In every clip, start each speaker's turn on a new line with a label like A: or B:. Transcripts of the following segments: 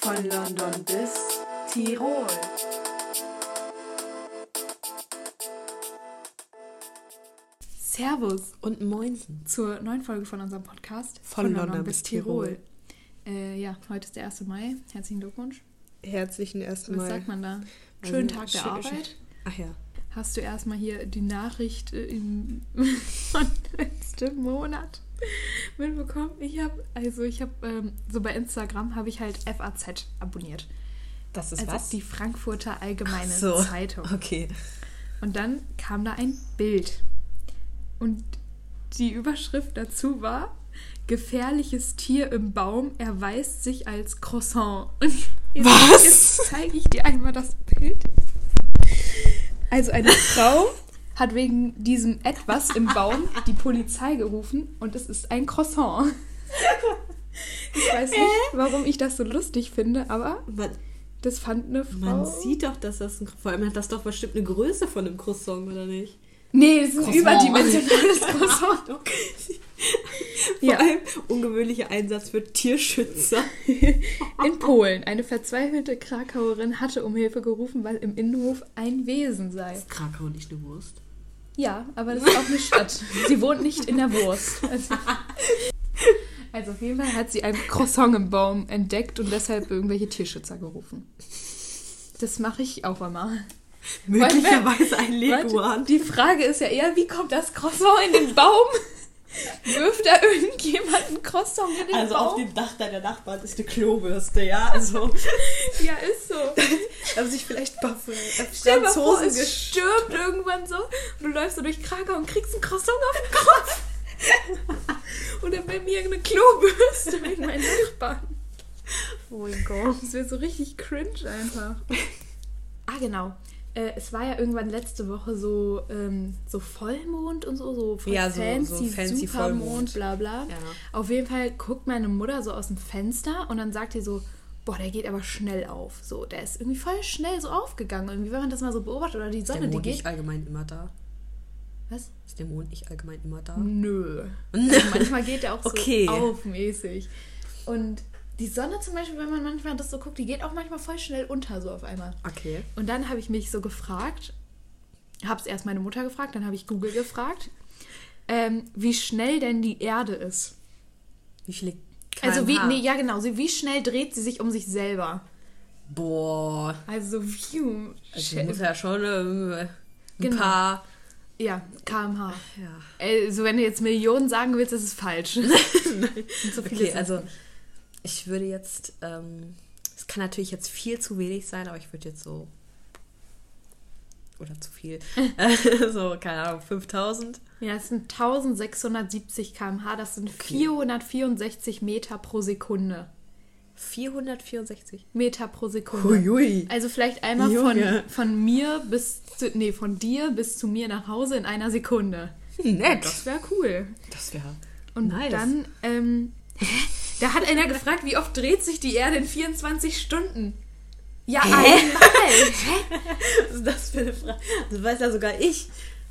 A: Von London bis Tirol.
B: Servus und Moinsen zur neuen Folge von unserem Podcast
A: Von London bis Tirol.
B: Äh, ja, heute ist der 1. Mai. Herzlichen Glückwunsch.
A: Herzlichen erstmal.
B: Was sagt man da?
A: Also
B: Schönen Tag der
A: schö-
B: Arbeit.
A: Ach ja.
B: Hast du erstmal hier die Nachricht äh, im von letzten Monat mitbekommen? Ich habe also ich habe ähm, so bei Instagram habe ich halt FAZ abonniert.
A: Das ist
B: also
A: was?
B: die Frankfurter Allgemeine
A: so.
B: Zeitung.
A: Okay.
B: Und dann kam da ein Bild. Und die Überschrift dazu war: Gefährliches Tier im Baum erweist sich als Croissant. Und jetzt,
A: Was?
B: Jetzt zeige ich dir einmal das Bild. Also eine Frau hat wegen diesem etwas im Baum die Polizei gerufen und es ist ein Croissant. Ich weiß nicht, warum ich das so lustig finde, aber
A: Man,
B: das fand eine Frau.
A: man sieht doch, dass das ein. Vor allem hat das doch bestimmt eine Größe von einem Croissant, oder nicht?
B: Nee, es ist ein
A: Croissant.
B: überdimensionales Croissant.
A: Vor
B: Ja.
A: allem ungewöhnlicher Einsatz für Tierschützer.
B: In Polen. Eine verzweifelte Krakauerin hatte um Hilfe gerufen, weil im Innenhof ein Wesen sei.
A: Ist Krakau nicht eine Wurst?
B: Ja, aber das ist auch eine Stadt. Sie wohnt nicht in der Wurst. Also, also auf jeden Fall hat sie einen Croissant im Baum entdeckt und deshalb irgendwelche Tierschützer gerufen. Das mache ich auch einmal.
A: Möglicherweise ein
B: Warte,
A: Leguan.
B: Die Frage ist ja eher, wie kommt das Croissant in den Baum? Wirft da irgendjemand ein Croissant in den
A: Also auf
B: Baum?
A: dem Dach deiner Nachbarn ist eine Klobürste, ja. Also
B: ja, ist so.
A: haben sich vielleicht Buffel.
B: Stell dir mal vor, es stürmt irgendwann so und du läufst so durch Krakau und kriegst ein Croissant auf den Kopf. und dann bei mir eine Klobürste mit meinen Nachbarn.
A: Oh mein Gott.
B: Das wäre so richtig cringe einfach. ah, genau. Äh, es war ja irgendwann letzte Woche so, ähm, so Vollmond und so, so voll
A: Ja, so-
B: fancy,
A: so fancy
B: Supermond,
A: Vollmond.
B: bla bla.
A: Ja.
B: Auf jeden Fall guckt meine Mutter so aus dem Fenster und dann sagt ihr so, boah, der geht aber schnell auf. So, der ist irgendwie voll schnell so aufgegangen. Irgendwie, wenn man das mal so beobachtet oder die
A: Ist
B: Sonne, die geht
A: allgemein immer da?
B: Was?
A: Ist der Mond nicht allgemein immer da?
B: Nö.
A: Nö.
B: Also manchmal geht der auch so
A: Okay.
B: aufmäßig. Und die Sonne zum Beispiel, wenn man manchmal das so guckt, die geht auch manchmal voll schnell unter, so auf einmal.
A: Okay.
B: Und dann habe ich mich so gefragt, habe es erst meine Mutter gefragt, dann habe ich Google gefragt, ähm, wie schnell denn die Erde ist.
A: Wie viele
B: Also wie,
A: kmh?
B: nee, ja genau, so wie schnell dreht sie sich um sich selber?
A: Boah.
B: Also so wie...
A: Also muss ja schon ähm, ein
B: Genau.
A: paar...
B: Ja, kmh.
A: Ja.
B: Also wenn du jetzt Millionen sagen willst, das ist falsch. so viele
A: Okay,
B: sind
A: also ich würde jetzt... Ähm, es kann natürlich jetzt viel zu wenig sein, aber ich würde jetzt so... Oder zu viel. Äh, so, keine Ahnung, 5000.
B: Ja, das sind 1670 km/h, das sind 464 Meter pro Sekunde.
A: 464.
B: Meter pro Sekunde.
A: Huiui.
B: Also vielleicht einmal
A: Junge.
B: von, von mir bis zu, nee, von dir bis zu mir nach Hause in einer Sekunde.
A: Nett.
B: Das wäre cool.
A: Das wäre...
B: Und
A: Nice.
B: dann, ähm, hä? da hat einer gefragt, wie oft dreht sich die Erde in 24 Stunden? Ja, einmal.
A: Was ist das für eine Frage? Das weiß ja sogar ich.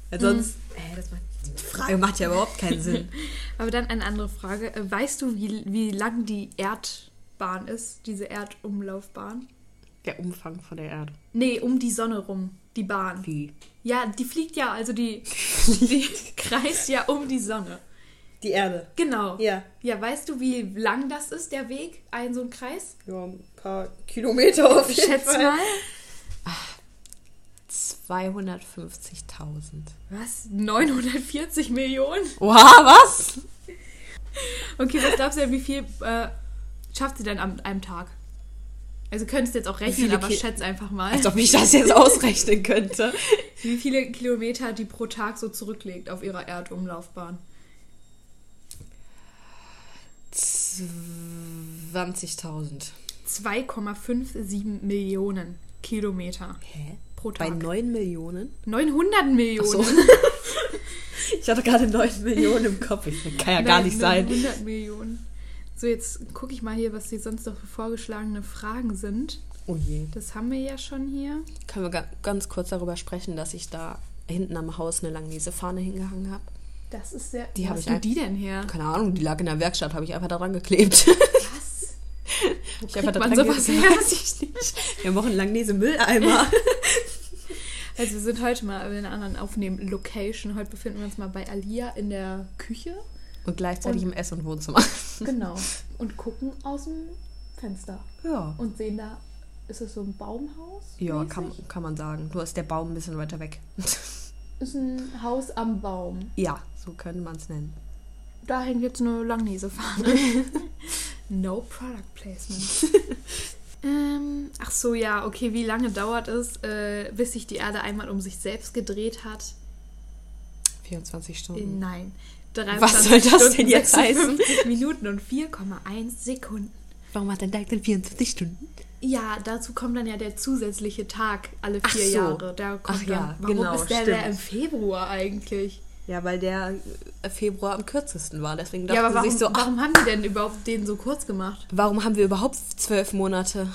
A: Weil sonst. Äh, das macht, die Frage macht ja überhaupt keinen Sinn.
B: Aber dann eine andere Frage. Äh, Weißt du, wie, wie lang die Erdbahn ist, diese Erdumlaufbahn?
A: Der Umfang von der Erde.
B: Nee, um die Sonne rum, die Bahn.
A: Wie?
B: Ja, die fliegt ja, also die, die kreist ja um die Sonne.
A: Die Erde.
B: Genau.
A: Ja.
B: Ja, weißt du, wie lang das ist, der Weg, ein so ein Kreis?
A: Ja, ein paar Kilometer auf
B: Schätz mal.
A: 250.000.
B: Was? 940 Millionen?
A: Oha, was?
B: Okay, was glaubst du denn, wie viel äh, schafft sie denn an einem Tag? Also könntest jetzt auch rechnen,
A: viele
B: aber
A: Ki- Also
B: schätz einfach mal,
A: Als ob ich das jetzt ausrechnen könnte.
B: wie viele Kilometer die pro Tag so zurücklegt auf ihrer Erdumlaufbahn.
A: 20.000.
B: 2,57 Millionen Kilometer
A: Hä?
B: pro
A: Bei
B: Tag.
A: 9 Millionen?
B: 900 Millionen.
A: Achso. Ich hatte gerade 9 Millionen im Kopf. Ich, kann ja gar
B: Nein,
A: nicht sein.
B: 900 Millionen. So, jetzt gucke ich mal hier, was die sonst noch für vorgeschlagene Fragen sind.
A: Oh je.
B: Das haben wir ja schon hier.
A: Können wir ga- ganz kurz darüber sprechen, dass ich da hinten am Haus eine Langnese-Fahne hingehangen habe?
B: Das ist sehr.
A: Die
B: Wo
A: hab
B: hast
A: ich
B: du
A: ein-
B: die denn her?
A: Keine Ahnung, die lag in der Werkstatt, habe ich einfach daran geklebt.
B: Was? Wo
A: Ich hab
B: kriegt
A: da
B: man
A: dran
B: sowas her? Weiß ich nicht.
A: Wir haben wochenlang diese Mülleimer.
B: Also wir sind heute mal in einer anderen Aufnehmen-Location. Heute befinden wir uns mal bei Alia in der Küche.
A: Und gleichzeitig im Ess- und Wohnzimmer.
B: Genau. Und gucken aus dem Fenster.
A: Ja.
B: Und sehen da, ist es so ein Baumhaus?
A: Ja,
B: mäßig?
A: kann, kann man sagen. Nur ist der Baum ein bisschen weiter weg.
B: Ist ein Haus am Baum.
A: ja, so könnte man es nennen.
B: Da hängt jetzt eine Langnese-Fahne. no Product Placement. ähm, ach so, ja, okay, wie lange dauert es, äh, bis sich die Erde einmal um sich selbst gedreht hat?
A: 24
B: Äh,
A: Stunden.
B: Nein. 23
A: Was soll das
B: Stunden,
A: denn jetzt
B: 56 Minuten und 4,1 Sekunden.
A: Warum hat dein Tag denn 24 Stunden?
B: Ja, dazu kommt dann ja der zusätzliche Tag alle
A: Ach
B: vier
A: so.
B: Jahre. Da kommt
A: Ach
B: dann,
A: ja,
B: warum
A: genau,
B: ist der,
A: stimmt.
B: der im Februar eigentlich?
A: Ja, weil der äh, Februar am kürzesten war. Deswegen dachten
B: ja, aber
A: sie
B: warum,
A: sich so, ach,
B: warum haben die denn überhaupt den so kurz gemacht?
A: warum haben wir überhaupt zwölf Monate?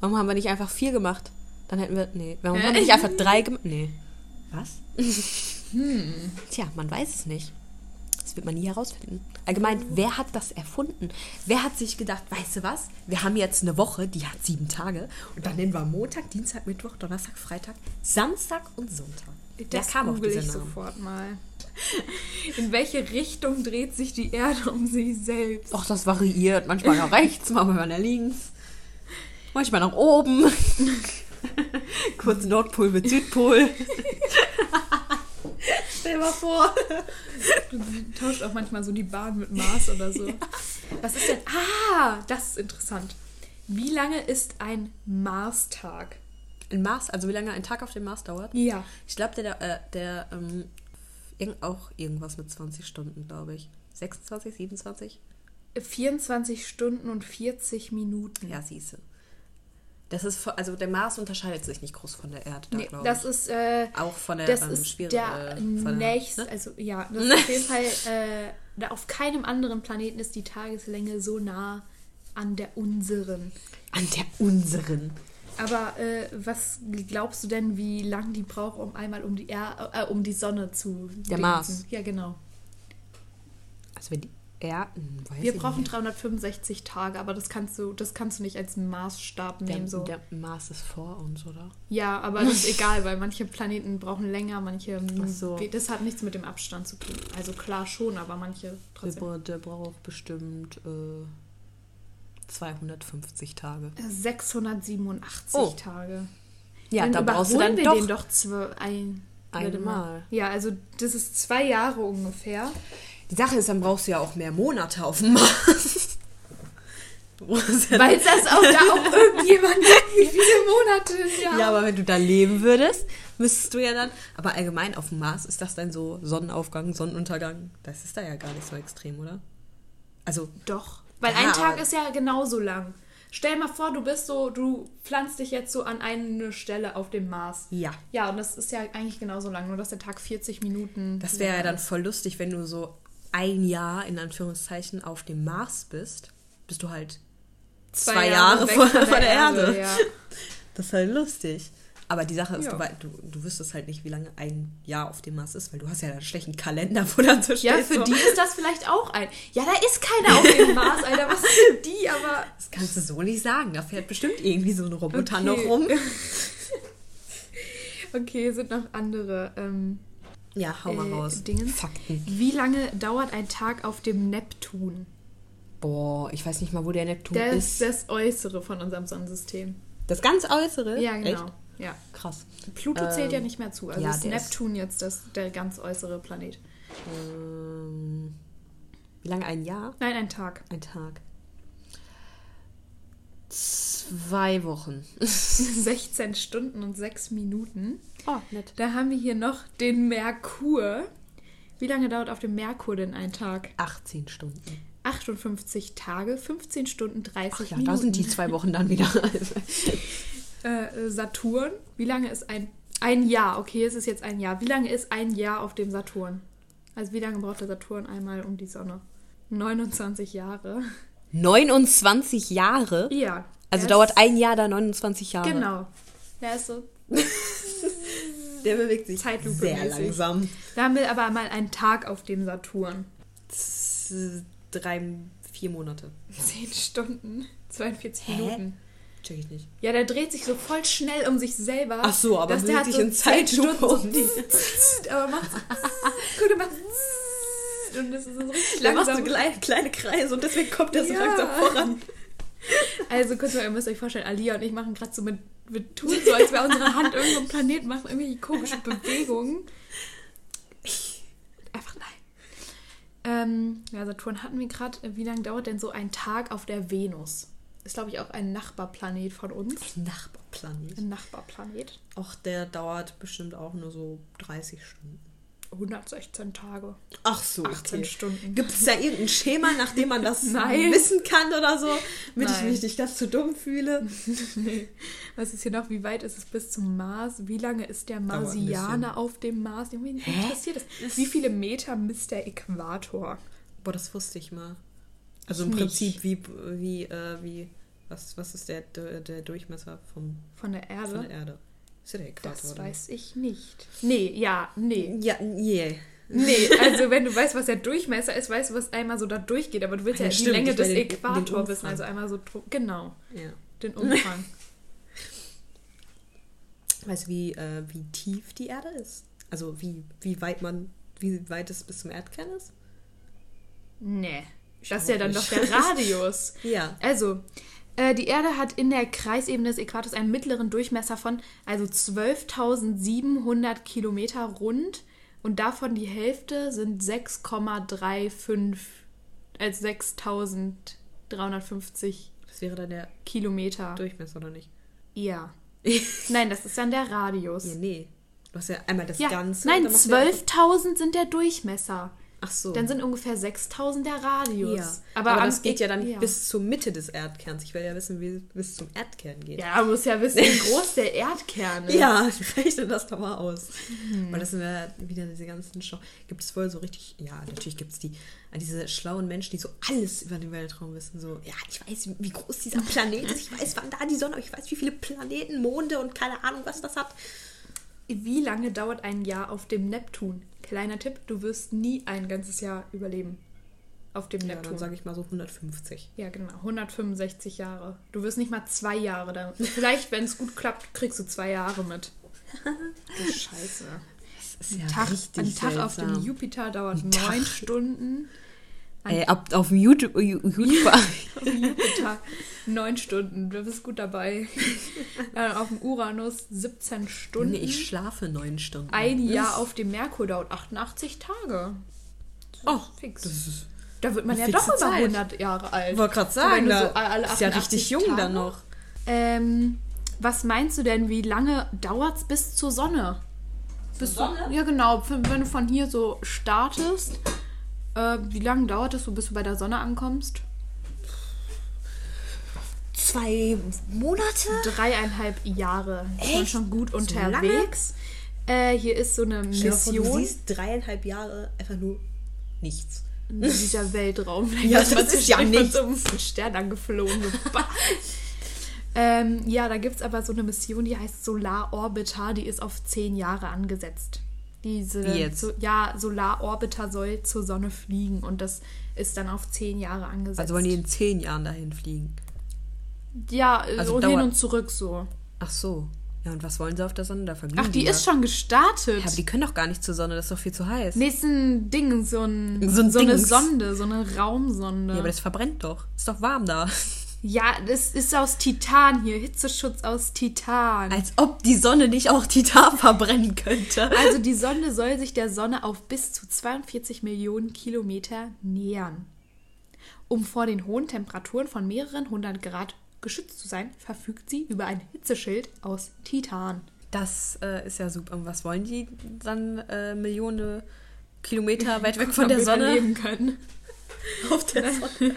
A: Warum haben wir nicht einfach vier gemacht? Dann hätten wir. Nee, warum haben wir nicht einfach drei gemacht? Nee. Was?
B: Hm.
A: Tja, man weiß es nicht. Das wird man nie herausfinden. Allgemein, wer hat das erfunden? Wer hat sich gedacht, weißt du was? Wir haben jetzt eine Woche, die hat sieben Tage. Und dann nehmen wir Montag, Dienstag, Mittwoch, Donnerstag, Freitag, Samstag und Sonntag.
B: Das google ich sofort mal. In welche Richtung dreht sich die Erde um sich selbst?
A: Ach, das variiert. Manchmal nach rechts, manchmal nach links. Manchmal nach oben. Kurz Nordpol mit Südpol. Stell mal vor.
B: Du tauscht auch manchmal so die Bahn mit Mars oder so. Was ist denn? Ah, das ist interessant. Wie lange ist ein Marstag?
A: In Mars, also wie lange ein Tag auf dem Mars dauert?
B: Ja.
A: Ich glaube, der, äh, der ähm, irgend- auch irgendwas mit 20 Stunden, glaube ich. 26, 27?
B: 24 Stunden und 40 Minuten.
A: Ja, siehste. Das ist, vo- also der Mars unterscheidet sich nicht groß von der Erde, da
B: nee,
A: glaube ich.
B: das ist, äh,
A: auch von der
B: das
A: ähm,
B: ist
A: Schwere- äh,
B: der
A: von der-
B: nächste,
A: ne?
B: also ja, das ist auf jeden Fall, äh, da auf keinem anderen Planeten ist die Tageslänge so nah an der unseren.
A: An der unseren.
B: Aber äh, was glaubst du denn, wie lang die braucht, um einmal um die er äh, um die Sonne zu
A: Der Mars.
B: Ja, genau.
A: Also wenn die Erden, weiß
B: Wir
A: ich
B: brauchen
A: nicht.
B: 365 Tage, aber das kannst du, das kannst du nicht als Maßstab nehmen.
A: der,
B: So.
A: der Mars ist vor uns, oder?
B: Ja, aber das ist egal, weil manche Planeten brauchen länger, manche. mm,
A: Ach so.
B: Das hat nichts mit dem Abstand zu tun. Also klar schon, aber manche
A: Der,
B: trotzdem.
A: bra- der braucht bestimmt äh, 250 Tage.
B: 687
A: Oh.
B: Tage.
A: Ja, da brauchst du
B: überholen
A: dann
B: wir
A: doch,
B: den doch zwölf ein. warte mal.
A: einmal.
B: Ja, also das ist zwei Jahre ungefähr.
A: Die Sache ist, dann brauchst du ja auch mehr Monate auf dem Mars. Wo ist ja-
B: Weil das auch da auch irgendjemand sagt, wie viele Monate im Jahr.
A: ja, aber wenn du da leben würdest, müsstest du ja dann. Aber allgemein auf dem Mars ist das dann so Sonnenaufgang, Sonnenuntergang. Das ist da ja gar nicht so extrem, oder? Also,
B: Doch. Weil
A: Ja,
B: ein Tag
A: aber-
B: ist ja genauso lang. Stell mal vor, du bist so, du pflanzt dich jetzt so an eine Stelle auf dem Mars.
A: ja.
B: Ja, und das ist ja eigentlich genauso lang, nur dass der Tag 40 Minuten.
A: Das wäre ja
B: länger
A: dann voll lustig, wenn du so ein Jahr in Anführungszeichen auf dem Mars bist, bist du halt
B: ist.
A: zwei, Jahre,
B: weg
A: vor, vor der Erde.
B: ja.
A: Das ist halt lustig. Aber die Sache ist,
B: Ja.
A: du, wei- du, du wüsstest halt nicht, wie lange ein Jahr auf dem Mars ist, weil du hast ja einen schlechten Kalender, wo dann so steht.
B: Ja, für
A: so,
B: die ist das vielleicht auch ein. Ja, da ist keiner auf dem Mars, Alter. Was ist für die? Aber
A: Das kannst du so nicht sagen. Da fährt bestimmt irgendwie so ein Roboter
B: Okay.
A: noch rum.
B: okay, sind noch andere. Ähm,
A: Ja, hau mal
B: Äh,
A: raus.
B: Dingens?
A: Fakten.
B: wie lange dauert ein Tag auf dem Neptun?
A: Boah, ich weiß nicht mal, wo der Neptun
B: Das
A: ist.
B: ist das Äußere von unserem Sonnensystem.
A: Das ganz Äußere?
B: Ja, genau.
A: Echt?
B: Ja.
A: Krass.
B: Pluto zählt ja
A: Ähm,
B: nicht mehr zu. Also
A: ja,
B: ist
A: der ist-
B: Neptun jetzt das, der ganz äußere Planet.
A: Ähm, wie lange ein Jahr?
B: Nein, ein Tag.
A: Ein Tag. Zwei Wochen.
B: 16 Stunden und 6 Minuten.
A: Oh, nett.
B: Da haben wir hier noch den Merkur. Wie lange dauert auf dem Merkur denn ein Tag?
A: 18 Stunden.
B: 58 Tage, 15 Stunden, 30
A: Ach ja,
B: Minuten.
A: da sind die zwei Wochen dann wieder.
B: äh, Saturn. Wie lange ist ein ein Jahr? Okay, es ist jetzt ein Jahr. Wie lange ist ein Jahr auf dem Saturn? Also wie lange braucht der Saturn einmal um die Sonne? 29 Jahre.
A: 29 Jahre?
B: Ja.
A: Also
B: Er
A: dauert
B: ist,
A: ein Jahr da 29 Jahre.
B: Genau. Der ist so.
A: Der bewegt sich
B: Zeitlupe
A: sehr
B: mäßig.
A: langsam.
B: Da haben wir aber mal einen Tag auf dem Saturn.
A: Z- Drei, vier Monate.
B: Zehn Stunden, 42
A: Hä?
B: Minuten.
A: Check ich nicht.
B: Ja, der dreht sich so voll schnell um sich selber.
A: Ach so, aber
B: dass
A: bewegt
B: der hat
A: sich
B: so
A: in
B: zehn
A: Zeitlupe
B: Stunden so
A: um die-
B: zzzzt, aber macht zzzzt. guck, der macht zzzzt und das ist so richtig
A: Da machst
B: langsam.
A: du kleine, kleine Kreise und deswegen kommt der so
B: Ja.
A: langsam voran.
B: Also kurz mal, ihr müsst euch vorstellen, Alia und ich machen gerade so mit, wir tun so, als wäre unsere Hand irgendwo im Planeten, machen irgendwelche komischen Bewegungen. Einfach nein. Ähm, ja, Saturn hatten wir gerade. Wie lange dauert denn so ein Tag auf der Venus? Ist, glaube ich, auch ein Nachbarplanet von uns.
A: Nachbarplanet.
B: Ein Nachbarplanet.
A: Auch der dauert bestimmt auch nur so 30 Stunden.
B: 116 Tage.
A: Ach so,
B: 18
A: okay.
B: Stunden.
A: Gibt es da irgendein Schema, nach dem man das
B: Nein.
A: wissen kann oder so? Damit ich
B: Nein.
A: mich nicht ganz zu dumm fühle.
B: Nee. Was ist hier noch? Wie weit ist es bis zum Mars? Wie lange ist der
A: ein
B: Marsianer auf dem Mars? Irgendwie
A: Hä?
B: interessiert das. Wie viele Meter misst der Äquator?
A: Boah, das wusste ich mal. Also im
B: Ich
A: Prinzip wie, wie, äh, wie, was, was ist der, der, der Durchmesser vom,
B: Von der Erde?
A: von der Erde? Ist ja der Äquator,
B: das
A: oder?
B: weiß ich nicht. Nee, ja, nee.
A: Ja, yeah.
B: Nee, also wenn du weißt, was der Durchmesser ist, weißt du, was einmal so da durchgeht. Aber du willst
A: Ah, ja,
B: ja, die
A: stimmt,
B: Länge
A: ich will
B: des
A: den- den
B: Äquator wissen.
A: Umfang.
B: Also einmal so, drum- genau,
A: ja.
B: den Umfang.
A: Weißt du, wie, äh, wie tief die Erde ist? Also wie, wie weit man, wie weit es bis zum Erdkern ist?
B: nee, das ist
A: auch
B: ja dann doch
A: nicht.
B: der Radius.
A: Ja.
B: Also, äh, die Erde hat in der Kreisebene des Äquators einen mittleren Durchmesser von also 12.700 Kilometer rund und davon die Hälfte sind 6,35, also 6.350
A: Das wäre dann der
B: Kilometer.
A: Durchmesser, oder nicht?
B: Ja. Nein, das ist dann der Radius.
A: Ja, nee. Du hast ja einmal das
B: Ja,
A: Ganze.
B: nein,
A: dann machst du ja-
B: 12.000 sind der Durchmesser.
A: Ach so.
B: Dann sind ungefähr 6.000 der Radius.
A: ja.
B: Aber,
A: Aber,
B: am
A: das geht ja dann
B: Äqu-
A: bis zur Mitte des Erdkerns. Ich will ja wissen, wie es bis zum Erdkern geht.
B: Ja, muss ja wissen, wie groß der Erdkern ist.
A: Ja, rechne das doch mal aus.
B: Mhm.
A: Weil das sind ja wieder diese ganzen Schau. Gibt es wohl so richtig. Ja, natürlich gibt es die. äh, Diese schlauen Menschen, die so alles über den Weltraum wissen. So, ja, ich weiß, wie groß dieser Planet ist. Ich weiß, wann da die Sonne. Ich weiß, wie viele Planeten, Monde und keine Ahnung, was das hat.
B: Wie lange dauert ein Jahr auf dem Neptun? Kleiner Tipp, du wirst nie ein ganzes Jahr überleben. Auf dem
A: Ja, dann
B: Neptun.
A: sage ich mal so 150.
B: Ja, genau. 165 Jahre. Du wirst nicht mal zwei Jahre da. Vielleicht, wenn es gut klappt, kriegst du zwei Jahre mit. Du Scheiße.
A: Das ist ja
B: Tag, ein Tag auf dem
A: seltsam.
B: Jupiter dauert
A: Tag.
B: neun Stunden.
A: Ey, ab, auf dem YouTube. äh, YouTube.
B: Auf dem Jupiter neun Stunden. Du bist gut dabei. Dann auf dem Uranus 17 Stunden.
A: nee, ich schlafe neun Stunden.
B: Mhm. ein Jahr auf dem Merkur dauert 88 Tage.
A: Oh,
B: Fix.
A: das ist.
B: Da wird man
A: Eine
B: ja doch
A: fixe
B: über
A: Zeit.
B: 100 Jahre alt.
A: Ich wollte gerade
B: So, wenn
A: sagen,
B: du
A: da
B: so alle
A: ist ja
B: 88
A: richtig jung
B: Tage-
A: dann noch.
B: Ähm, was meinst du denn, wie lange dauert es bis zur Sonne? Bis zur
A: Sonne?
B: ja, genau. F- Wenn du von hier so startest, äh, wie lange dauert es, so, bis du bei der Sonne ankommst?
A: Zwei Monate?
B: Dreieinhalb Jahre. Ist man
A: Echt?
B: schon gut
A: lange?
B: unterwegs. äh, hier ist so eine
A: Stell dir vor, Du
B: Mission
A: siehst dreieinhalb Jahre einfach nur nichts.
B: in dieser Weltraum.
A: Ja, das
B: Man
A: ist ja
B: von
A: nichts.
B: so einem Stern angeflogen. so, bah. ähm, ja, da gibt es aber so eine Mission, die heißt Solar Orbiter, die ist auf zehn Jahre angesetzt. Diese,
A: Wie jetzt?
B: So, ja, Solar Orbiter soll zur Sonne fliegen und das ist dann auf zehn Jahre angesetzt.
A: Also wollen die in zehn Jahren dahin fliegen.
B: ja, äh,
A: also
B: so hin
A: dauert-
B: und zurück so.
A: Ach so. Ja, und was wollen sie auf der Sonne? Da verglühen
B: Ach, die
A: ja.
B: ist schon gestartet.
A: Ja, aber die können doch gar nicht zur Sonne, das ist doch viel zu heiß.
B: Nächsten Ding, so, ein,
A: So ein
B: so eine
A: Dings.
B: Sonde, so eine Raumsonde.
A: Ja, aber das verbrennt doch. Ist doch warm da.
B: Ja, das ist aus Titan hier. Hitzeschutz aus Titan.
A: Als ob die Sonne nicht auch Titan verbrennen könnte.
B: Also die Sonde soll sich der Sonne auf bis zu 42 Millionen Kilometer nähern. Um vor den hohen Temperaturen von mehreren hundert Grad geschützt zu sein, verfügt sie über ein Hitzeschild aus Titan.
A: Das äh, ist ja super. Und was wollen die dann äh, Millionen Kilometer weit weg von der
B: Damit wir
A: Sonne?
B: leben können.
A: auf der Sonne.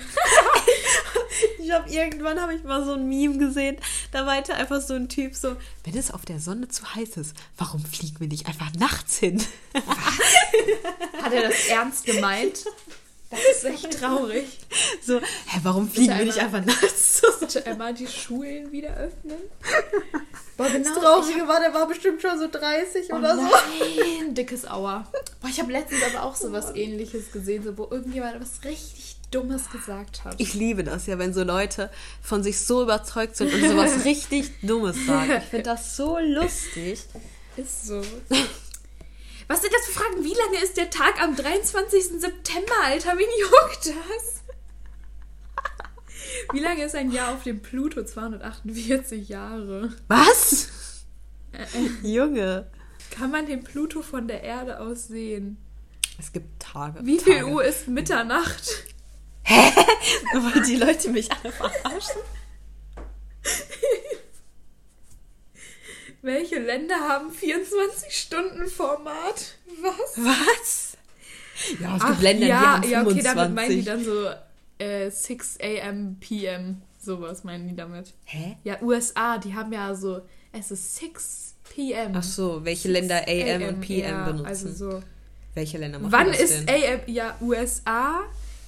A: ich habe irgendwann habe ich mal so ein Meme gesehen. Da meinte einfach so ein Typ so, wenn es auf der Sonne zu heiß ist, warum fliegen wir nicht einfach nachts hin?
B: Hat er das ernst gemeint? Das ist echt traurig.
A: So, hä, warum fliegen wir nicht einfach nachts? zur Sonne?
B: Bitte einmal die Schulen wieder öffnen. Boah, genau.
C: Das Traurige war, der war bestimmt schon so 30
B: Oh
C: oder so.
B: nein, dickes Auer. Boah, ich habe letztens aber auch so was ähnliches gesehen, so, wo irgendjemand was richtig Dummes gesagt hat.
A: Ich liebe das ja, wenn so Leute von sich so überzeugt sind und sowas richtig Dummes sagen. Ich finde das so lustig.
B: Ist so. Was sind das für Fragen? Wie lange ist der Tag am 23. September, Alter? Wen juckt das? Wie lange ist ein Jahr auf dem Pluto? 248 Jahre.
A: Was?
C: Äh,
A: Junge.
B: Kann man den Pluto von der Erde aus sehen?
A: Es gibt Tage.
B: Wie viel
A: Tage.
B: Uhr ist Mitternacht?
A: Weil die Leute mich alle verarschen.
B: Welche Länder haben 24-Stunden-Format? Was?
A: Was? Ja, es
B: Ach,
A: gibt Länder,
B: ja,
A: die haben
B: ja, okay,
A: 25.
B: damit meinen die dann so äh, 6 a.m. p.m. Sowas meinen die damit.
A: Hä?
B: Ja, USA, die haben ja so, es ist 6 p.m.
A: Ach so, welche Länder AM, und PM
B: ja,
A: benutzen?
B: Also so.
A: welche Länder machen
B: Wann
A: das
B: ist
A: denn?
B: AM? Ja, USA,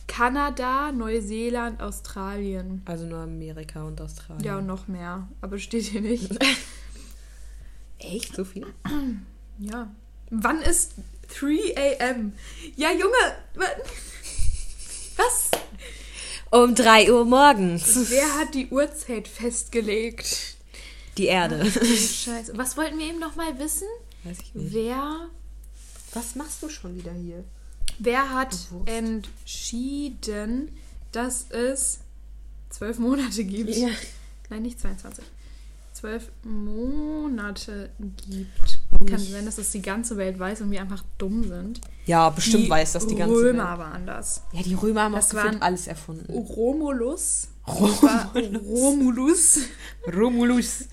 B: Kanada, Neuseeland, Australien.
A: Also nur Amerika und Australien.
B: Ja, und noch mehr. Aber steht hier nicht.
A: Echt? So viel?
B: ja. Wann ist 3 a.m.? Ja, Junge! wa- Was?
A: Um 3 Uhr morgens.
B: Wer hat die Uhrzeit festgelegt? Oh,
A: Die Erde.
B: Scheiße. Was wollten wir eben nochmal wissen?
A: Weiß ich nicht.
B: Wer,
A: Was machst du schon wieder hier?
B: wer hat
A: Wurst.
B: entschieden, dass es zwölf Monate gibt?
A: Ja.
B: Nein, nicht 22. Zwölf Monate gibt. Kann sein, dass das die ganze Welt weiß und wir einfach dumm sind.
A: Ja, bestimmt weiß das die ganze
B: Römer waren das.
A: Welt. Ja, die Römer haben
B: Das
A: auch gefühlt
B: waren-
A: alles erfunden.
B: Romulus.
A: Rom
B: war Romulus.
A: Romulus,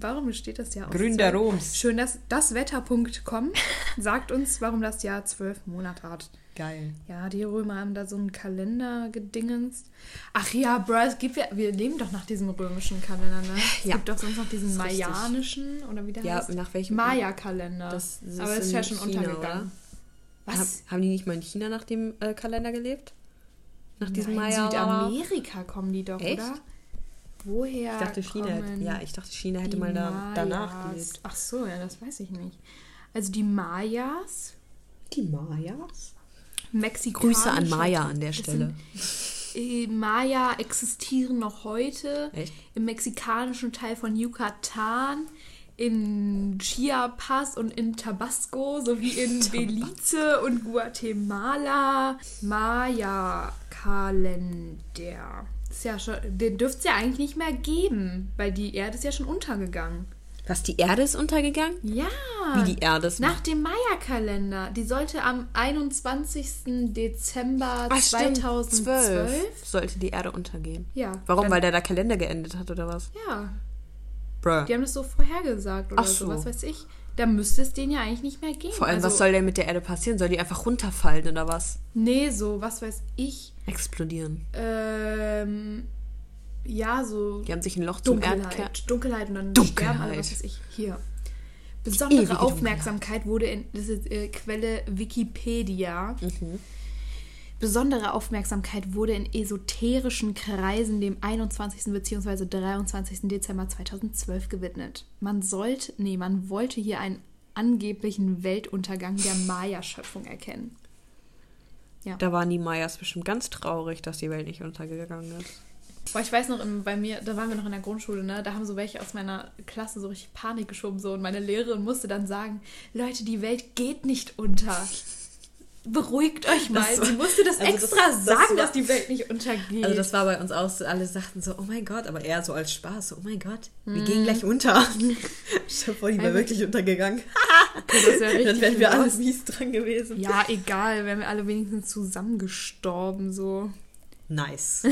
B: Warum steht das Jahr auf
A: Gründer
B: zwölf?
A: Roms.
B: Schön, dass das Wetter.com sagt uns, warum das Jahr zwölf Monate hat.
A: Geil.
B: Ja, die Römer haben da so einen Kalender gedingens. Ach ja, bro, es gibt ja, wir leben doch nach diesem römischen Kalender, ne? Es
A: Ja.
B: gibt doch sonst noch diesen
A: Ist richtig.
B: mayanischen oder wie der
A: Ja,
B: heißt?
A: nach welchem-
B: Maya-Kalender.
A: Das- das
B: Aber
A: ist
B: das ist ja
A: in
B: schon
A: China,
B: untergegangen. Was?
A: Hab, haben die nicht mal in China nach dem äh, Kalender gelebt? Nach diesem
B: Nein,
A: Maya?
B: Südamerika kommen die doch,
A: Echt?
B: oder? Woher?
A: Ich dachte, China, hätte-
B: kommen
A: ja, ich dachte, China
B: die
A: hätte mal da,
B: Mayas?
A: danach gelebt.
B: Ach so, ja, das weiß ich nicht. Also die Mayas,
A: Die Mayas?
B: mexikanische
A: Grüße an Maya an der
B: das
A: Stelle.
B: Äh, Maya existieren noch heute
A: Echt?
B: im mexikanischen Teil von Yucatan, in Chiapas und in Tabasco sowie in Belize und Guatemala. Maya-Kalender. Ist ja schon, den dürfte es ja eigentlich nicht mehr geben, weil die Erde ist ja schon untergegangen.
A: Was, die Erde ist untergegangen?
B: Ja.
A: Wie die Erde ist
B: Nach dem Maya-Kalender. Die sollte am 21. Dezember
A: Ach, Ah, stimmt,
B: 2012.
A: 12 sollte die Erde untergehen.
B: Ja.
A: Warum?
B: Dann-
A: Weil der da Kalender geendet hat oder was?
B: Ja,
A: Bruh.
B: die haben das so vorhergesagt oder
A: Ach
B: so.
A: so.
B: was weiß ich. Da müsste es denen ja eigentlich nicht mehr gehen.
A: Vor allem,
B: also,
A: was soll denn mit der Erde passieren? Soll die einfach runterfallen oder was?
B: Nee, so, was weiß ich.
A: Explodieren.
B: Ähm, ja, so
A: Die haben sich ein Loch zum Erdkern.
B: Dunkelheit. Dunkelheit und dann
A: Dunkelheit.
B: sterben alle, was weiß ich. Hier.
A: ewige
B: Besondere
A: Dunkelheit.
B: Aufmerksamkeit wurde in, das ist äh, Quelle Wikipedia.
A: Mhm.
B: Besondere Aufmerksamkeit wurde in esoterischen Kreisen dem 21. bzw. 23. Dezember 2012 gewidmet. Man sollte, nee, man wollte hier einen angeblichen Weltuntergang der Maya-Schöpfung erkennen.
A: Da waren die Mayas bestimmt ganz traurig, dass die Welt nicht untergegangen ist.
B: Boah, ich weiß noch, im, bei mir, da waren wir noch in der Grundschule, ne? Da haben so welche aus meiner Klasse so richtig Panik geschoben so und meine Lehrerin musste dann sagen, Leute, die Welt geht nicht unter. Beruhigt euch mal.
A: Das war-
B: Sie musste das
A: also das-
B: extra
A: das
B: sagen,
A: war-
B: dass die Welt nicht untergeht.
A: Also das war bei uns auch so, alle sagten so, oh mein Gott, aber eher so als Spaß, so, oh mein Gott, wir gehen gleich unter. Stell dir vor, die wäre
B: Einfach-
A: wirklich untergegangen.
B: das wär
A: Dann
B: richtig
A: wären wir alle
B: lost.
A: mies dran gewesen.
B: Ja, egal, wären wir alle wenigstens zusammengestorben so.
A: Nice.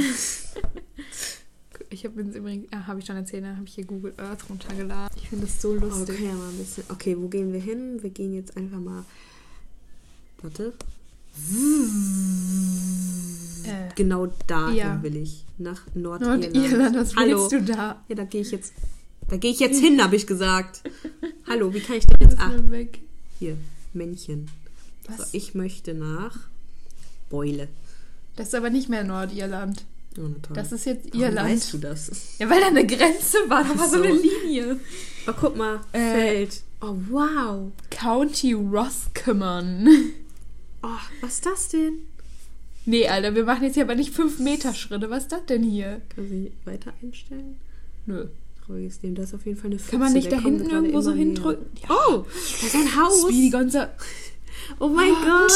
B: Ich habe mir übrigens, ah, habe ich schon erzählt, habe ich hier Google Earth runtergeladen. Ich finde das so
A: Aber wir
B: lustig.
A: können ja mal ein bisschen. Okay, wo gehen wir hin? Wir gehen jetzt einfach mal. Warte.
B: Äh,
A: Genau da
B: Ja.
A: will ich. Nach Nordirland.
B: Nordirland, was
A: Hallo. Ah.
B: willst du da?
A: Ja, da gehe ich jetzt. Da gehe ich jetzt hin, habe ich gesagt. Hallo, wie kann ich denn jetzt.
B: Ist
A: Ah,
B: mir weg.
A: hier. Männchen. So,
B: Was?
A: ich möchte nach. Beule. Oh,
B: Das ist aber nicht mehr Nordirland.
A: Ohne Toll.
B: Das ist jetzt ihr
A: Warum
B: Land.
A: weißt du das?
B: Ja, weil da eine Grenze war, da war so,
A: so.
B: eine Linie.
A: Oh, guck mal.
B: Äh.
A: Feld. Oh, wow.
B: County Roscommon.
A: Oh, was ist das denn?
B: Nee, Alter, wir machen jetzt hier aber nicht 5 Meter Schritte. Was ist das denn hier?
A: Kann sie weiter einstellen?
B: Nö.
A: Trauriges Leben, das ist auf jeden Fall eine Füchse.
B: Kann man nicht
A: der
B: da
A: kommt
B: hinten
A: gerade
B: irgendwo so
A: immer näher.
B: hindrücken? Ja.
A: Oh, da ist ein Haus.
B: Speedy Gonza.
A: Oh mein Gott.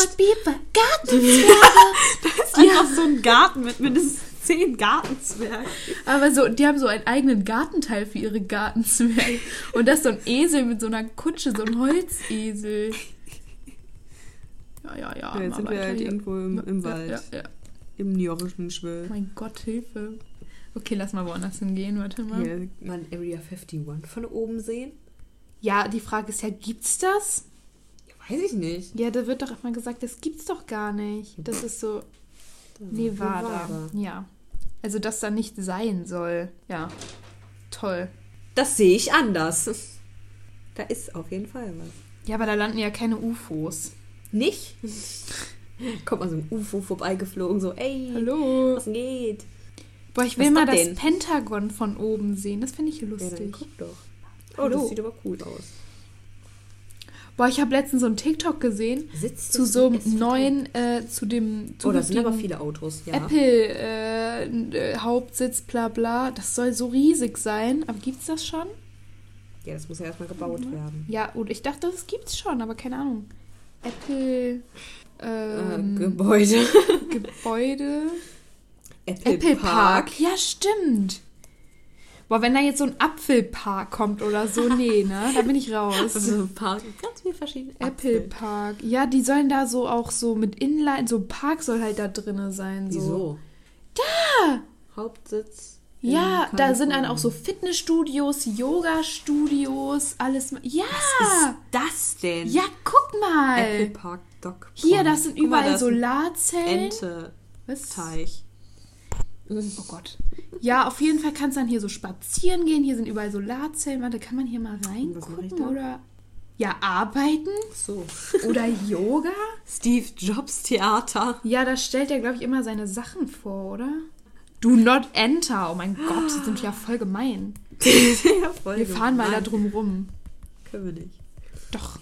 A: Das ist einfach so ein Garten mit mindestens zehn Gartenzwergen.
B: Aber so, die haben so einen eigenen Gartenteil für ihre Gartenzwerge. Und das ist so ein Esel mit so einer Kutsche, so ein Holzesel. Ja, ja, ja.
A: Ja, jetzt
B: mal
A: sind wir
B: weiter
A: halt
B: hier.
A: irgendwo im, im Wald.
B: Ja, ja, ja.
A: Im Njorischen Schwell.
B: Mein Gott, Hilfe. Okay, lass mal woanders hingehen, warte mal.
A: Hier kann man Area 51 von oben sehen?
B: Ja, die Frage ist ja, gibt's das?
A: Ja, weiß ich nicht.
B: Ja, da wird doch immer gesagt, das gibt's doch gar nicht. Das ist so Nevada. Ja. Also, dass da nicht sein soll. Ja. Toll.
A: Das sehe ich anders. Da ist auf jeden Fall was.
B: Ja, aber da landen ja keine UFOs.
A: Nicht? Kommt mal so ein UFO vorbeigeflogen, so, ey,
B: Hallo.
A: was geht?
B: Boah, ich
A: Was
B: will mal
A: ist das
B: das
A: denn?
B: Pentagon von oben sehen. Das finde ich
A: Ja, dann
B: lustig.
A: guck doch. Oh,
B: Hallo.
A: das sieht aber cool aus.
B: Boah, ich habe letztens so einen TikTok gesehen
A: Sitzt
B: zu so einem neuen, äh, zu dem
A: Oh, da sind aber
B: zukünftigen
A: viele Autos, ja.
B: Apple äh, äh, Hauptsitz, bla bla. Das soll so riesig sein. Aber gibt's das schon?
A: Ja, das muss ja erstmal gebaut werden.
B: Ja, und ich dachte, das gibt's schon, aber keine Ahnung. Apple ähm,
A: äh, Gebäude.
B: Gebäude. Apple Park. Ja, stimmt. Boah, wenn da jetzt so ein Apfelpark kommt oder so, nee, ne? Da bin ich raus.
A: Also ein Park mit ganz viel verschiedene
B: Apple
A: Apfel.
B: Park. Ja, die sollen da so auch so mit Inline, so ein Park soll halt da drinne sein. So.
A: Wieso? Da! Hauptsitz. in
B: Ja, da sind
A: Kalifornien.
B: dann auch so Fitnessstudios, Yoga-Studios, alles. ma- Ja!
A: Was ist das denn?
B: Ja, guck mal!
A: Apple Park Doc.
B: Hier,
A: Park.
B: das sind
A: Guck mal,
B: überall
A: da ist ein
B: Solarzellen.
A: Ente.
B: Was?
A: Teich.
B: Oh Gott. Ja, auf jeden Fall kannst du dann hier so spazieren gehen. Hier sind überall Solarzellen. Warte, kann man hier mal
A: Was mach ich
B: reingucken
A: da?
B: oder? Ja, arbeiten
A: So.
B: oder Yoga?
A: Steve Jobs Theater.
B: Ja, da stellt er, glaube ich, immer seine Sachen vor, oder? Do not enter. Oh mein Gott, die sind ja voll gemein.
A: ja, voll
B: Wir fahren mal da
A: gemein.
B: drum rum.
A: Können wir nicht.
B: Doch.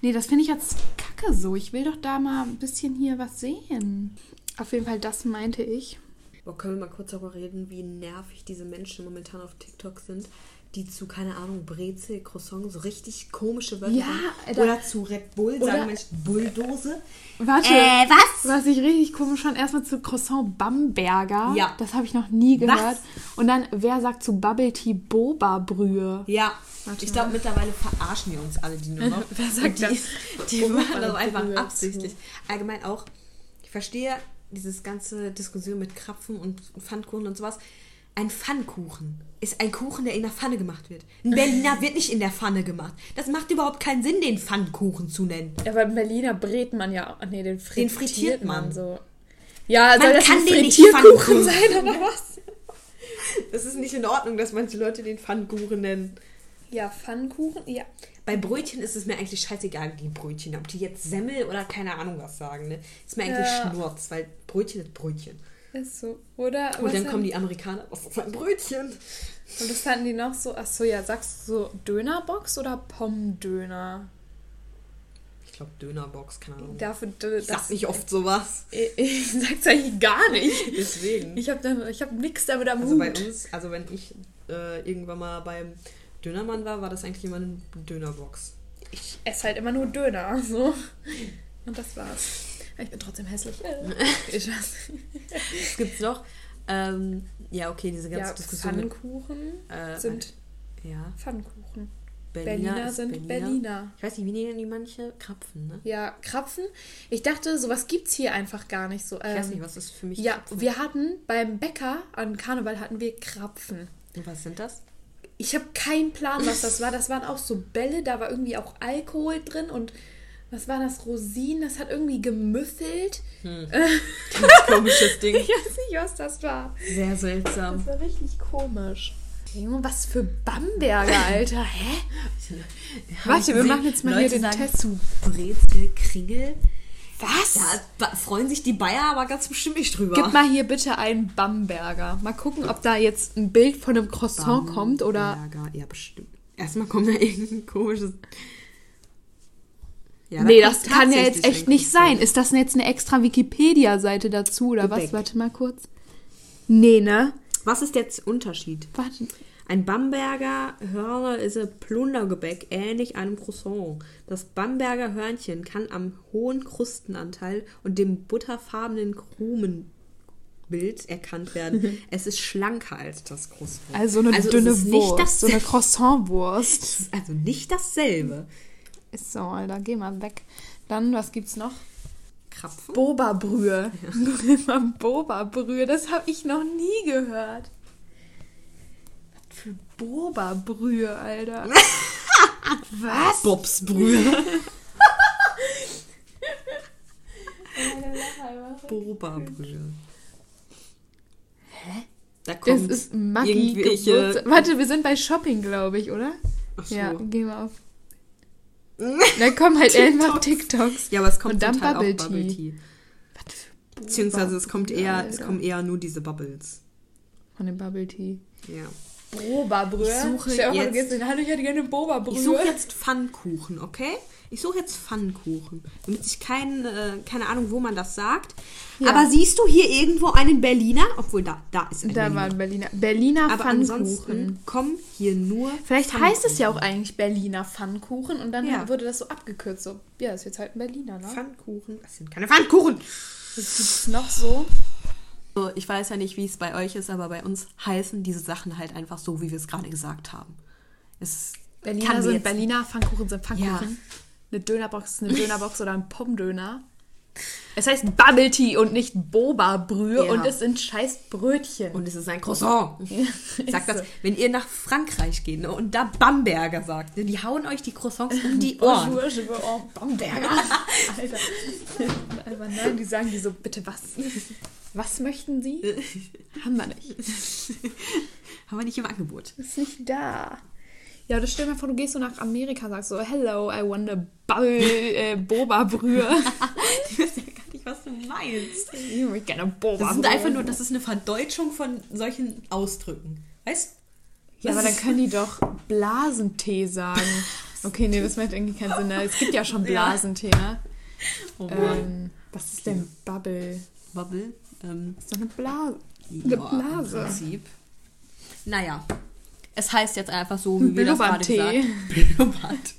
B: Nee, das finde ich jetzt kacke so. Ich will doch da mal ein bisschen hier was sehen. Auf jeden Fall, das meinte ich.
A: Boah, können wir mal kurz darüber reden, wie nervig diese Menschen momentan auf TikTok sind, die zu, keine Ahnung, Brezel, Croissant, so richtig komische Wörter
B: Ja,
A: sagen.
B: Alter.
A: Oder zu Red Bull
B: Oder-
A: sagen Menschen Bulldose.
B: Warte.
A: was?
B: Äh, Was ich richtig komisch fand, erstmal zu Croissant Bamberger.
A: Ja.
B: Das habe ich noch nie
A: Was?
B: gehört. Und dann, wer sagt zu Bubble Tea Boba Brühe?
A: Ja,
B: Warte
A: ich glaube, mittlerweile verarschen die uns alle die nur noch.
B: Wer sagt
A: die,
B: das?
A: Die machen das einfach
B: Brühe zu.
A: absichtlich. Allgemein auch, ich verstehe dieses ganze Diskussion mit Krapfen und Pfannkuchen und sowas. Ein Pfannkuchen ist ein Kuchen, der in der Pfanne gemacht wird. Ein Berliner wird nicht in der Pfanne gemacht. Das macht überhaupt keinen Sinn, den Pfannkuchen zu nennen.
B: Aber in Berliner brät man ja. Nee, den frittiert,
A: frittiert man man.
B: so. Ja,
A: Man soll das kann ein den nicht Frittierkuchen Pfannkuchen. sein,
B: oder was?
A: Es ist nicht in Ordnung, dass manche Leute den Pfannkuchen nennen.
B: Ja, Pfannkuchen, ja.
A: Bei Brötchen ist es mir eigentlich scheißegal, die Brötchen, ob die jetzt Semmel oder keine Ahnung was sagen. Ne? Ist mir eigentlich
B: Ja.
A: Schnurz, weil Brötchen ist Brötchen.
B: Ist so. Oder?
A: Und dann kommen die Amerikaner, was ist ein Brötchen?
B: Und das hatten die noch so, ach so, ja, sagst du so Dönerbox oder Pommdöner?
A: Ich glaube Dönerbox, keine Ahnung.
B: Dafür,
A: ich sag nicht oft sowas.
B: Ich, ich sag's eigentlich gar nicht.
A: Deswegen.
B: Ich hab, da, ich hab nix damit am
A: Also bei
B: Hut.
A: uns, also wenn ich äh, irgendwann mal beim Dönermann war, war das eigentlich immer eine Dönerbox.
B: Ich esse halt immer nur Döner. So. Und das war's. Aber Ich bin trotzdem hässlich. Äh, Ich weiß.
A: Es gibt's noch. Ähm, ja, okay, diese ganze
B: Ja,
A: Diskussion. mit,
B: Pfannkuchen
A: äh,
B: sind
A: ja,
B: Pfannkuchen.
A: Berliner,
B: Berliner,
A: ist
B: sind
A: Berliner.
B: Berliner.
A: Ich weiß nicht, wie nennen die manche? Krapfen, ne?
B: Ja, Krapfen. Ich dachte, sowas gibt's hier einfach gar nicht so.
A: Ich weiß
B: ähm,
A: nicht, was ist für mich
B: Ja,
A: Krapfen?
B: wir hatten beim Bäcker an Karneval hatten wir Krapfen.
A: Und was sind das?
B: Ich habe keinen Plan, was das war. Das waren auch so Bälle, da war irgendwie auch Alkohol drin und was war das? Rosinen, das hat irgendwie gemüffelt.
A: Ganz komisches Ding.
B: Ich weiß nicht, was das war.
A: Sehr seltsam.
B: war richtig komisch. Junge, was für Bamberger, Alter. Hä?
A: Hab ich gesehen, Leute sagen, Brezel, Kringel.
B: Was?
A: Da ba- freuen sich die Bayer aber ganz bestimmt nicht drüber.
B: Gib mal hier bitte einen Bamberger. Mal gucken, ob da jetzt ein Bild von einem Croissant kommt oder.
A: Lager. Ja, bestimmt. Erstmal kommt da irgendein komisches. Ja, da
B: nee,
A: kommt
B: das kann ja jetzt
A: tatsächlich
B: echt
A: ein
B: nicht sein.
A: Croissant.
B: Ist das denn jetzt eine extra Wikipedia-Seite dazu oder was?
A: Gebäck.
B: Warte mal kurz. Nee, ne?
A: Was ist jetzt Unterschied?
B: Warte.
A: Ein Bamberger Hörner ist ein Plundergebäck, ähnlich einem Croissant. Das Bamberger Hörnchen kann am hohen Krustenanteil und dem butterfarbenen Krumenbild erkannt werden. es ist schlanker als das Croissant.
B: Also eine
A: es
B: dünne
A: ist
B: Wurst.
A: Nicht das,
B: so eine Croissant-Wurst.
A: also nicht dasselbe.
B: Ist so, Alter. Geh mal weg. Dann, was gibt's noch?
A: Krapfen?
B: Boba-Brühe. Ja. Boba-Brühe, das habe ich noch nie gehört. Was für Boba-Brühe, Alter. Was?
A: Bobsbrühe. Boberbrühe. Hä? Da
B: Das
A: kommt äh,
B: ist Maggi.
A: irgendwelche-
B: Geburtstag- Warte, wir sind bei Shopping, glaube ich, oder?
A: Ach so.
B: Ja, geh mal auf.
A: ja.
B: Da kommen halt einfach TikToks.
A: aber es kommt
B: Und dann
A: zum Teil
B: Bubble
A: auch Bubble
B: Tea.
A: Tea.
B: Was für Boba
A: Beziehungsweise es kommt
B: Brühe,
A: eher, es
B: Alter.
A: kommen eher nur diese Bubbles.
B: Von dem Bubble Tea.
A: Ja.
B: Boba-Brühe.
A: Ich suche
B: Stell dir vor, du
A: jetzt-
B: gehst in, hallo, ich hätte gerne
A: Ich suche
B: Boba-Brühe.
A: jetzt Pfannkuchen, okay? Ich suche jetzt Pfannkuchen, damit ich kein, äh, keine Ahnung, wo man das sagt.
B: Ja.
A: Aber siehst du hier irgendwo einen Berliner? Obwohl da, da ist ein
B: Da
A: Berliner.
B: war ein Berliner. Berliner
A: Aber
B: Pfannkuchen.
A: ansonsten kommen hier nur.
B: Vielleicht heißt es ja auch eigentlich Berliner Pfannkuchen und dann
A: Ja.
B: wurde das so abgekürzt. So, ja, ist jetzt halt ein Berliner, ne?
A: Pfannkuchen. Das sind keine Pfannkuchen!
B: Das gibt's noch so.
A: So, ich weiß ja nicht, wie es bei euch ist, aber bei uns heißen diese Sachen halt einfach so, wie wir es gerade gesagt haben. Es
B: Berliner
A: kann mir
B: sind
A: jetzt-
B: Berliner, Pfannkuchen sind Pfannkuchen.
A: Ja.
B: Eine Dönerbox ist eine Dönerbox oder ein Pommdöner. Es heißt Bubble Tea und nicht Boba-Brühe
A: Ja.
B: und es sind scheiß Brötchen.
A: Und es ist ein Croissant. Sagt
B: Ist
A: das,
B: so.
A: wenn ihr nach Frankreich geht ne, und da Bamberger sagt, ne, die hauen euch die Croissants um die Ohren.
B: Bonjour, je veux en Bamberger. Alter. Aber nein, die sagen die so, bitte was? Was möchten Sie? Haben wir nicht.
A: Haben wir nicht im Angebot.
B: Ist nicht da. Ja, das stell dir mal vor, du gehst so nach Amerika und sagst so, hello, I want a bubble, äh, Boba-Brühe.
A: Ich weiß ja gar nicht, was du meinst.
B: ich möchte gerne Boba-Brühe.
A: Das sind einfach nur, das ist eine Verdeutschung von solchen Ausdrücken. Weißt
B: Ja, aber
A: das
B: dann
A: ist-
B: können die doch Blasentee sagen. Okay, nee, das macht irgendwie keinen Sinn. ne? Es gibt ja schon
A: Ja.
B: Blasentee, ne?
A: Oh Mann.
B: Ähm, was ist denn Bubble?
A: Bubble. Ähm,
B: Ist doch eine Blase.
A: ja,
B: Blase.
A: Im Prinzip. Naja. Es heißt jetzt einfach so, wie wir das gerade gesagt
B: Blubbertee.
A: Blubbert.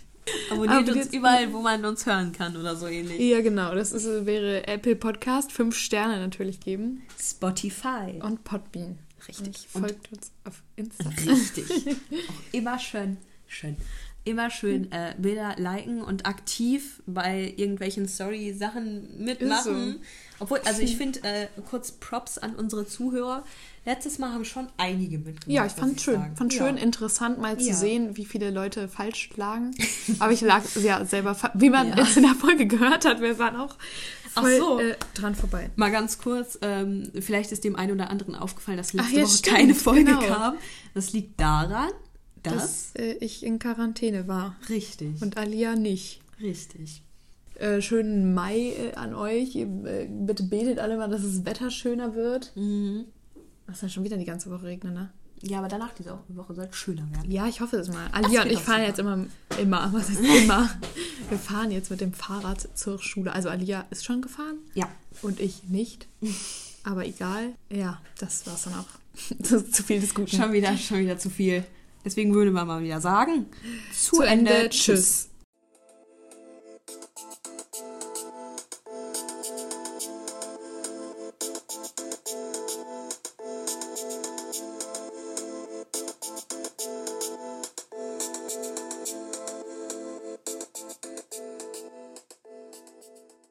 A: Abonniert
B: Aber
A: uns
B: jetzt-
A: überall, wo man uns hören kann oder so ähnlich.
B: Ja, genau. Das ist, wäre Apple Podcast. Fünf Sterne natürlich geben.
A: Spotify.
B: Und Podbean.
A: Richtig.
B: Und
A: Und-
B: folgt uns auf Insta.
A: Richtig. Auch immer schön, schön. Immer schön äh, Bilder liken und aktiv bei irgendwelchen Story-Sachen mitmachen. Obwohl, also ich finde, äh, kurz Props an unsere Zuhörer. Letztes Mal haben schon einige mitgemacht.
B: Ja, ich
A: muss
B: fand schön.
A: sagen.
B: Fand
A: Ja.
B: schön interessant, mal zu
A: Ja.
B: sehen, wie viele Leute falsch lagen. Aber ich lag ja selber, fa- wie man
A: Ja.
B: jetzt in der Folge gehört hat, wir waren auch
A: Ach
B: voll,
A: so.
B: äh, dran vorbei.
A: Mal ganz kurz, ähm, vielleicht ist dem einen oder anderen aufgefallen, dass letzte
B: Ach ja,
A: Woche
B: stimmt,
A: keine Folge
B: genau.
A: kam. Das liegt daran, dass...
B: Dass äh, ich in Quarantäne war
A: richtig,
B: und Alia nicht.
A: richtig.
B: Äh, schönen Mai äh, an euch. Ihr, äh, bitte betet alle mal, dass das Wetter schöner wird.
A: Mhm.
B: Ach, Es soll schon wieder die ganze Woche regnen, ne?
A: Ja, aber danach diese Woche soll es schöner werden.
B: Ja, ich hoffe es mal. Alia
A: Das
B: und
A: wird
B: ich
A: auch
B: fahren
A: super.
B: jetzt immer, immer, was heißt immer? Wir fahren jetzt mit dem Fahrrad zur Schule. Also Alia ist schon gefahren.
A: Ja.
B: Und ich nicht. Aber egal. Ja, das war's dann auch. Das ist zu viel des Guten.
A: Schon wieder, schon wieder zu viel. Deswegen würde man mal wieder sagen.
B: Zu Ende. Tschüss.